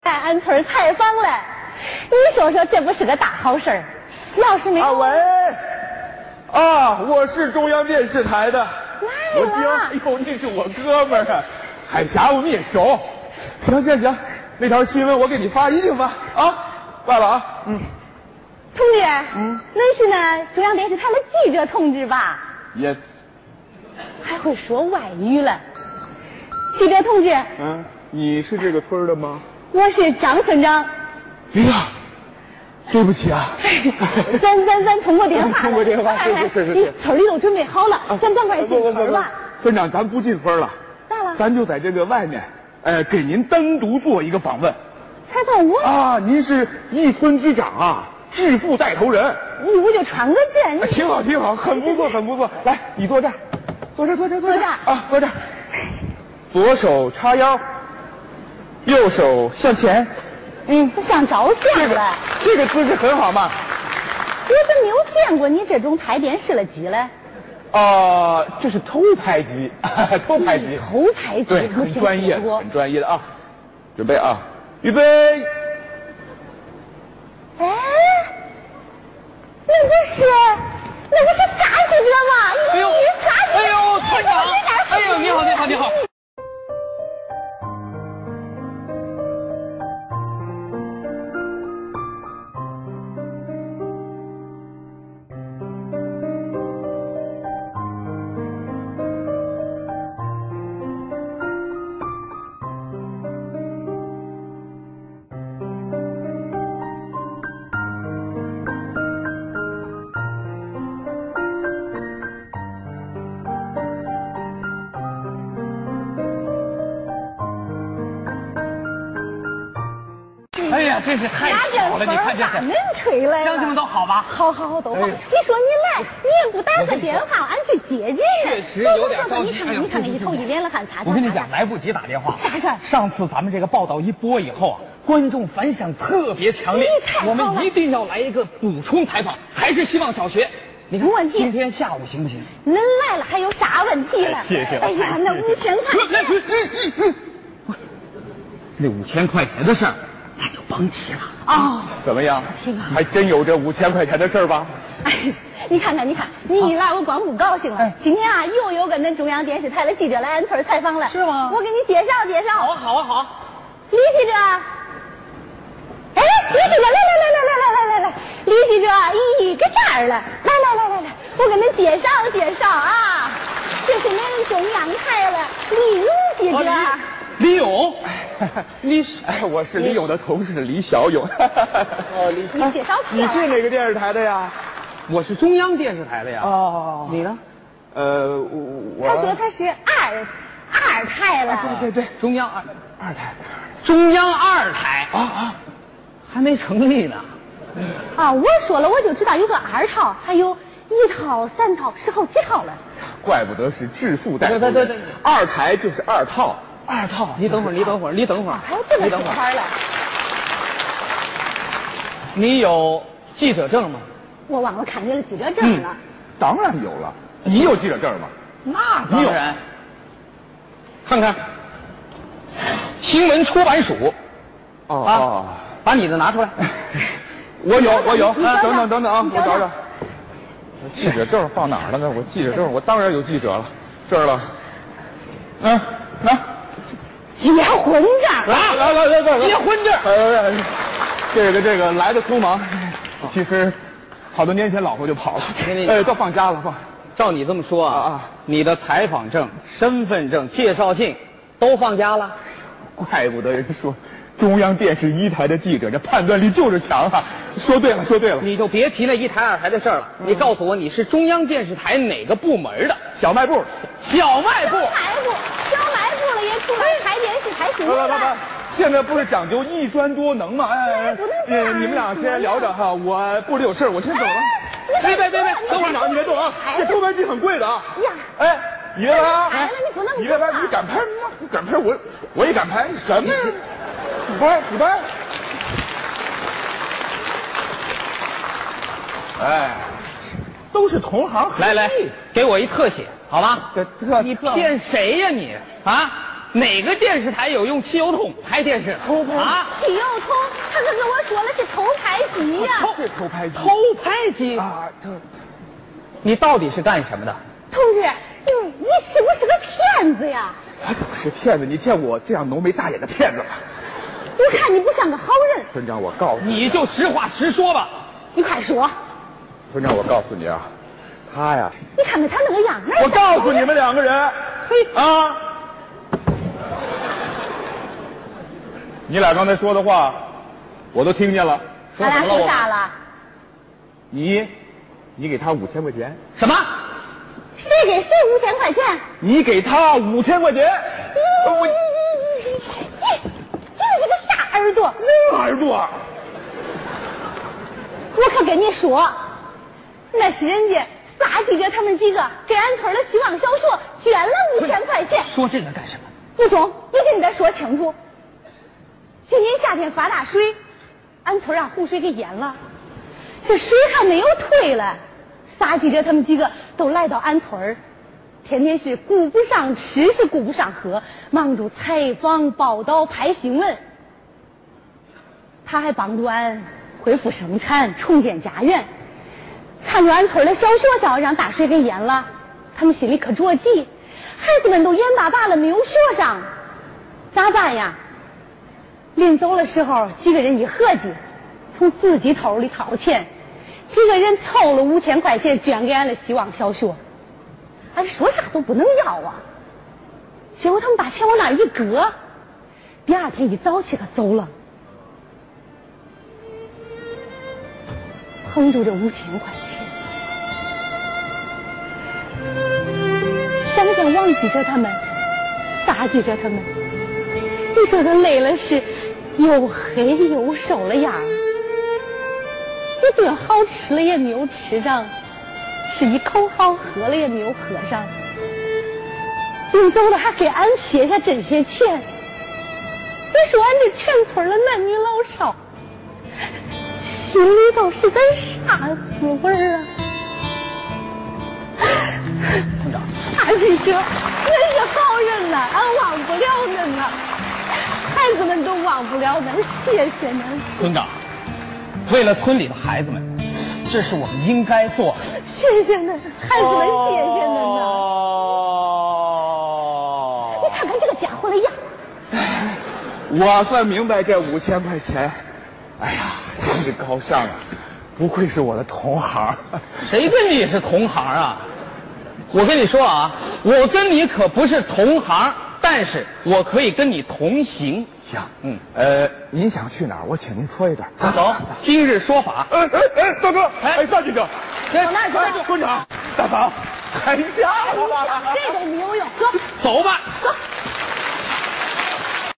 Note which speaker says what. Speaker 1: 哎，俺村儿采访嘞，你说说这不是个大好事儿？要是没
Speaker 2: 啊
Speaker 1: 有
Speaker 2: 喂，啊，我是中央电视台的，
Speaker 1: 来
Speaker 2: 我
Speaker 1: 了
Speaker 2: 听，哎呦，那是我哥们儿啊，海霞我们也熟。行行行，那条新闻我给你发，一定发啊，挂了啊，嗯，
Speaker 1: 同志，
Speaker 2: 嗯
Speaker 1: 恁是呢中央电视台的记者同志吧？
Speaker 2: ，yes，
Speaker 1: 还会说外语了。记者同志，
Speaker 2: 嗯，你是这个村儿的吗？
Speaker 1: 我是张村 长。，
Speaker 2: 哎呀，对不起啊
Speaker 1: 咱咱咱通过电话了， 哎
Speaker 2: 通过电话，是是是是
Speaker 1: 你
Speaker 2: 是。
Speaker 1: 村里都准备好了，咱赶快进村儿吧。
Speaker 2: 不不不不村长，咱不进村了，
Speaker 1: 咋了？
Speaker 2: 咱就在这个外面，呃，给您单独做一个访问。
Speaker 1: 采访我，
Speaker 2: 啊，您是一村之长啊，致富带头人，
Speaker 1: 你不就穿个这？
Speaker 2: 哎
Speaker 1: 你
Speaker 2: 挺好挺好，很不错很不错。来，你坐这儿，坐这儿坐这儿
Speaker 1: 坐这儿
Speaker 2: 啊，坐这儿。左手叉腰，右手向前，
Speaker 1: 嗯，想着
Speaker 2: 这
Speaker 1: 相
Speaker 2: 个
Speaker 1: 了。
Speaker 2: 这个姿势很好嘛。
Speaker 1: 我怎么没有见过你这种拍电视的机嘞？
Speaker 2: 啊，这是偷拍机，偷拍机，
Speaker 1: 偷拍机
Speaker 2: 对，
Speaker 1: 我
Speaker 2: 很
Speaker 1: 听
Speaker 2: 专业的，
Speaker 1: 说过
Speaker 2: 很专业的啊。准备啊，预备，
Speaker 1: 哎，那不是，那不是啥记者吗？
Speaker 3: 哎呦，
Speaker 1: 你啥记者？
Speaker 3: 哎呦，村长
Speaker 1: 你哪儿，
Speaker 3: 哎呦，你好，你好，你好。哎呀，真是太
Speaker 1: 家
Speaker 3: 巧了，
Speaker 1: 这
Speaker 3: 你看这
Speaker 1: 把门
Speaker 3: 是。
Speaker 1: 吹来了。
Speaker 3: 乡亲们都好吧？
Speaker 1: 好好好都好。
Speaker 2: 哎
Speaker 1: 你说你来，你也不打个电话，俺去接人。
Speaker 3: 确实有点着急
Speaker 1: 你看看，你看
Speaker 3: 哎
Speaker 1: 看，
Speaker 3: 呦
Speaker 1: 一头一脸的汗，擦擦。
Speaker 3: 我跟你
Speaker 1: 擦
Speaker 3: 讲，
Speaker 1: 擦
Speaker 3: 来不及打电话。
Speaker 1: 啥事儿
Speaker 3: 上次咱们这个报道一播以后啊，观众反响特别强烈
Speaker 1: 哎太，好了
Speaker 3: 我们一定要来一个补充采访，还是希望小学。你看
Speaker 1: 没问，题
Speaker 3: 今天下午行不行？
Speaker 1: 您来了还有啥问题了？
Speaker 3: 谢谢
Speaker 1: 哎呀，那五千块钱，
Speaker 2: 那五千块钱的事儿
Speaker 3: 那就甭提了。
Speaker 1: 哦，
Speaker 2: 怎么样
Speaker 1: 挺好？
Speaker 2: 还真有这五千块钱的事儿吧？
Speaker 1: 哎，你看看，你看，你一来我光不高兴了。
Speaker 3: 哎
Speaker 1: 今天啊，又有个恁中央电视台的记者来俺村儿采访了。
Speaker 3: 是吗
Speaker 1: 我给你介绍介绍。
Speaker 3: 好啊，好啊，好啊。
Speaker 1: 李记者，哎，李记者，来来来来来来来来来，李记者，咦，搁这儿了，来来来来来，我给您介绍介绍啊，这是恁中央台了，李勇记者。
Speaker 3: 啊李 李勇，你是
Speaker 2: 哎，我是李勇的同事李小勇。哦，李
Speaker 1: 你介绍错了
Speaker 2: 你是哪个电视台的呀？
Speaker 4: 我是中央电视台的呀。
Speaker 3: 哦
Speaker 4: 你呢？
Speaker 2: 呃，我
Speaker 1: 他说他是二二台
Speaker 3: 哎
Speaker 1: 了。
Speaker 3: 啊
Speaker 2: 对对，
Speaker 3: 中央二
Speaker 2: 二台
Speaker 3: 中央二台
Speaker 2: 啊啊，
Speaker 3: 还没成立呢。
Speaker 1: 啊，我说了，我就知道有个二套，还有一套、三套、十套、几套了。
Speaker 2: 怪不得是致富带头人。
Speaker 3: 对对对对
Speaker 2: 二台就是二套。
Speaker 3: 二套，啊你等会儿，你等会儿，你等会儿，
Speaker 1: 还有这个
Speaker 3: 你
Speaker 1: 说
Speaker 3: 等会儿。
Speaker 1: 法了，
Speaker 3: 你有记者证吗？
Speaker 1: 我忘了看你的记者证了。
Speaker 2: 嗯当然有了，你有记者证吗？
Speaker 3: 那
Speaker 2: 当然。看看，新闻出版署。哦
Speaker 3: 啊，把你的拿 出来。
Speaker 2: 我有我有，
Speaker 1: 你找找
Speaker 2: 等等等等啊
Speaker 1: 你，
Speaker 2: 我
Speaker 1: 找
Speaker 2: 找
Speaker 1: 找
Speaker 2: 找。记者证放哪儿了呢？我记者证，我当然有记者了，这儿了。嗯，来，
Speaker 1: 结婚证，
Speaker 2: 来来来来来，
Speaker 3: 结婚证
Speaker 2: 哎哎哎，这个这个来的匆忙，其实好多年前老婆就跑了
Speaker 3: 给你，
Speaker 2: 哎，都放家了放。
Speaker 3: 照你这么说啊，
Speaker 2: 啊啊
Speaker 3: 你的采访证、身份证、介绍信都放家了。
Speaker 2: 怪不得人说中央电视一台的记者这判断力就是强啊！说对了，说对了，
Speaker 3: 你就别提那一台二台的事儿了。
Speaker 2: 嗯
Speaker 3: 你告诉我，你是中央电视台哪个部门的？
Speaker 2: 小卖部。
Speaker 3: 小卖部。
Speaker 2: 嗯
Speaker 1: 埋伏，小埋伏了也出来台电视台新
Speaker 2: 不不
Speaker 1: 闻
Speaker 2: 不
Speaker 1: 了。，
Speaker 2: 现在不是讲究一专多能吗？哎哎
Speaker 1: 不能，这样
Speaker 2: 哎你们俩先聊着哈，我部里有事儿我先走了。
Speaker 1: 哎
Speaker 2: 别
Speaker 1: 你
Speaker 2: 别别别，
Speaker 1: 你
Speaker 2: 等会儿长，你别动啊
Speaker 1: 哎，
Speaker 2: 这偷拍机很贵的啊。
Speaker 1: 呀
Speaker 2: 哎，你别拍啊！
Speaker 1: 哎你不能
Speaker 2: 你别拍
Speaker 1: 不，嗯能
Speaker 2: 你敢拍吗？你敢拍我，我也敢拍，什么呀？你拍，你拍。哎，都是同行，
Speaker 3: 来来，给我一特写，好吧？
Speaker 2: 这特
Speaker 3: 你骗谁呀你啊？哪个电视台有用汽油桶拍电视啊？
Speaker 1: 体幼通，他可跟我说了是头牌集呀、
Speaker 2: 哎是偷拍机
Speaker 3: 偷拍机，
Speaker 2: 啊，这
Speaker 3: 你到底是干什么的？
Speaker 1: 同志，你你是不是个骗子呀？
Speaker 2: 我怎么哎是骗子？你见我这样浓眉大眼的骗子吗？
Speaker 1: 我看你不像个好人，
Speaker 2: 村长，我告诉你，
Speaker 3: 你就实话实说吧。
Speaker 1: 你快说，
Speaker 2: 村长，我告诉你啊，他呀，
Speaker 1: 你看看他那个样儿。
Speaker 2: 我告诉你们两个人，啊，你俩刚才说的话，我都听见了。
Speaker 1: 俺俩说啥了？
Speaker 2: 你，你给他五千块钱，
Speaker 3: 什么？
Speaker 1: 谁给谁五千块钱？
Speaker 2: 你给他五千块钱，
Speaker 1: 我，你这个傻耳朵！
Speaker 2: 那耳朵，
Speaker 1: 我可跟你说，那是人家仨姐姐他们几个给俺村的希望小学捐了五千块钱。
Speaker 3: 说这个干什么？
Speaker 1: 不中，你跟你再说清楚。今年夏天发大水，俺村让洪水给淹了，这水还没有退了，仨记者他们几个都来到俺村儿，天天是顾不上吃，是顾不上喝，忙着采访、报道、拍新闻。他还帮助俺恢复生产、重建家园。看着俺村的小学校让大水给淹了，他们心里可着急，孩子们都眼巴巴的没有学上，咋办呀？临走的时候，几个人一合计，从自己兜里掏钱，几个人凑了五千块钱捐给俺的希望小学。俺说啥都不能要啊，结果他们把钱往那儿一搁，第二天一早起可走了。横住这五千块钱。想想王记者他们，大记者他们，一个个累了是又黑又瘦了样儿，一顿好吃了也没有吃上，是一口好喝了也没有喝上，临走了还给俺撇下这些钱，你说俺这全村的男女老少。心里头是根啥滋味儿啊？俺这这真是好人呐，俺忘不了恁呐，孩子们都忘不了恁，谢谢恁。
Speaker 3: 村长，为了村里的孩子们，这是我们应该做的。
Speaker 1: 谢谢恁，孩子们谢谢恁呐！
Speaker 2: 哦
Speaker 1: 你看看这个家伙的样，
Speaker 2: 我算明白这五千块钱，哎呀，真是高尚啊！不愧是我的同行。
Speaker 3: 谁跟你是同行啊？我跟你说啊，我跟你可不是同行，但是我可以跟你同行。
Speaker 2: 行，
Speaker 3: 嗯，
Speaker 2: 呃，您想去哪儿？我请您说一段。
Speaker 3: 走， 今日说法。
Speaker 2: 哎哎哎，大哥，哎，大舅舅，哎
Speaker 1: 哦往那儿坐
Speaker 2: 哎村长，大嫂，哎家伙
Speaker 1: 这都没有用，哥，
Speaker 3: 走吧，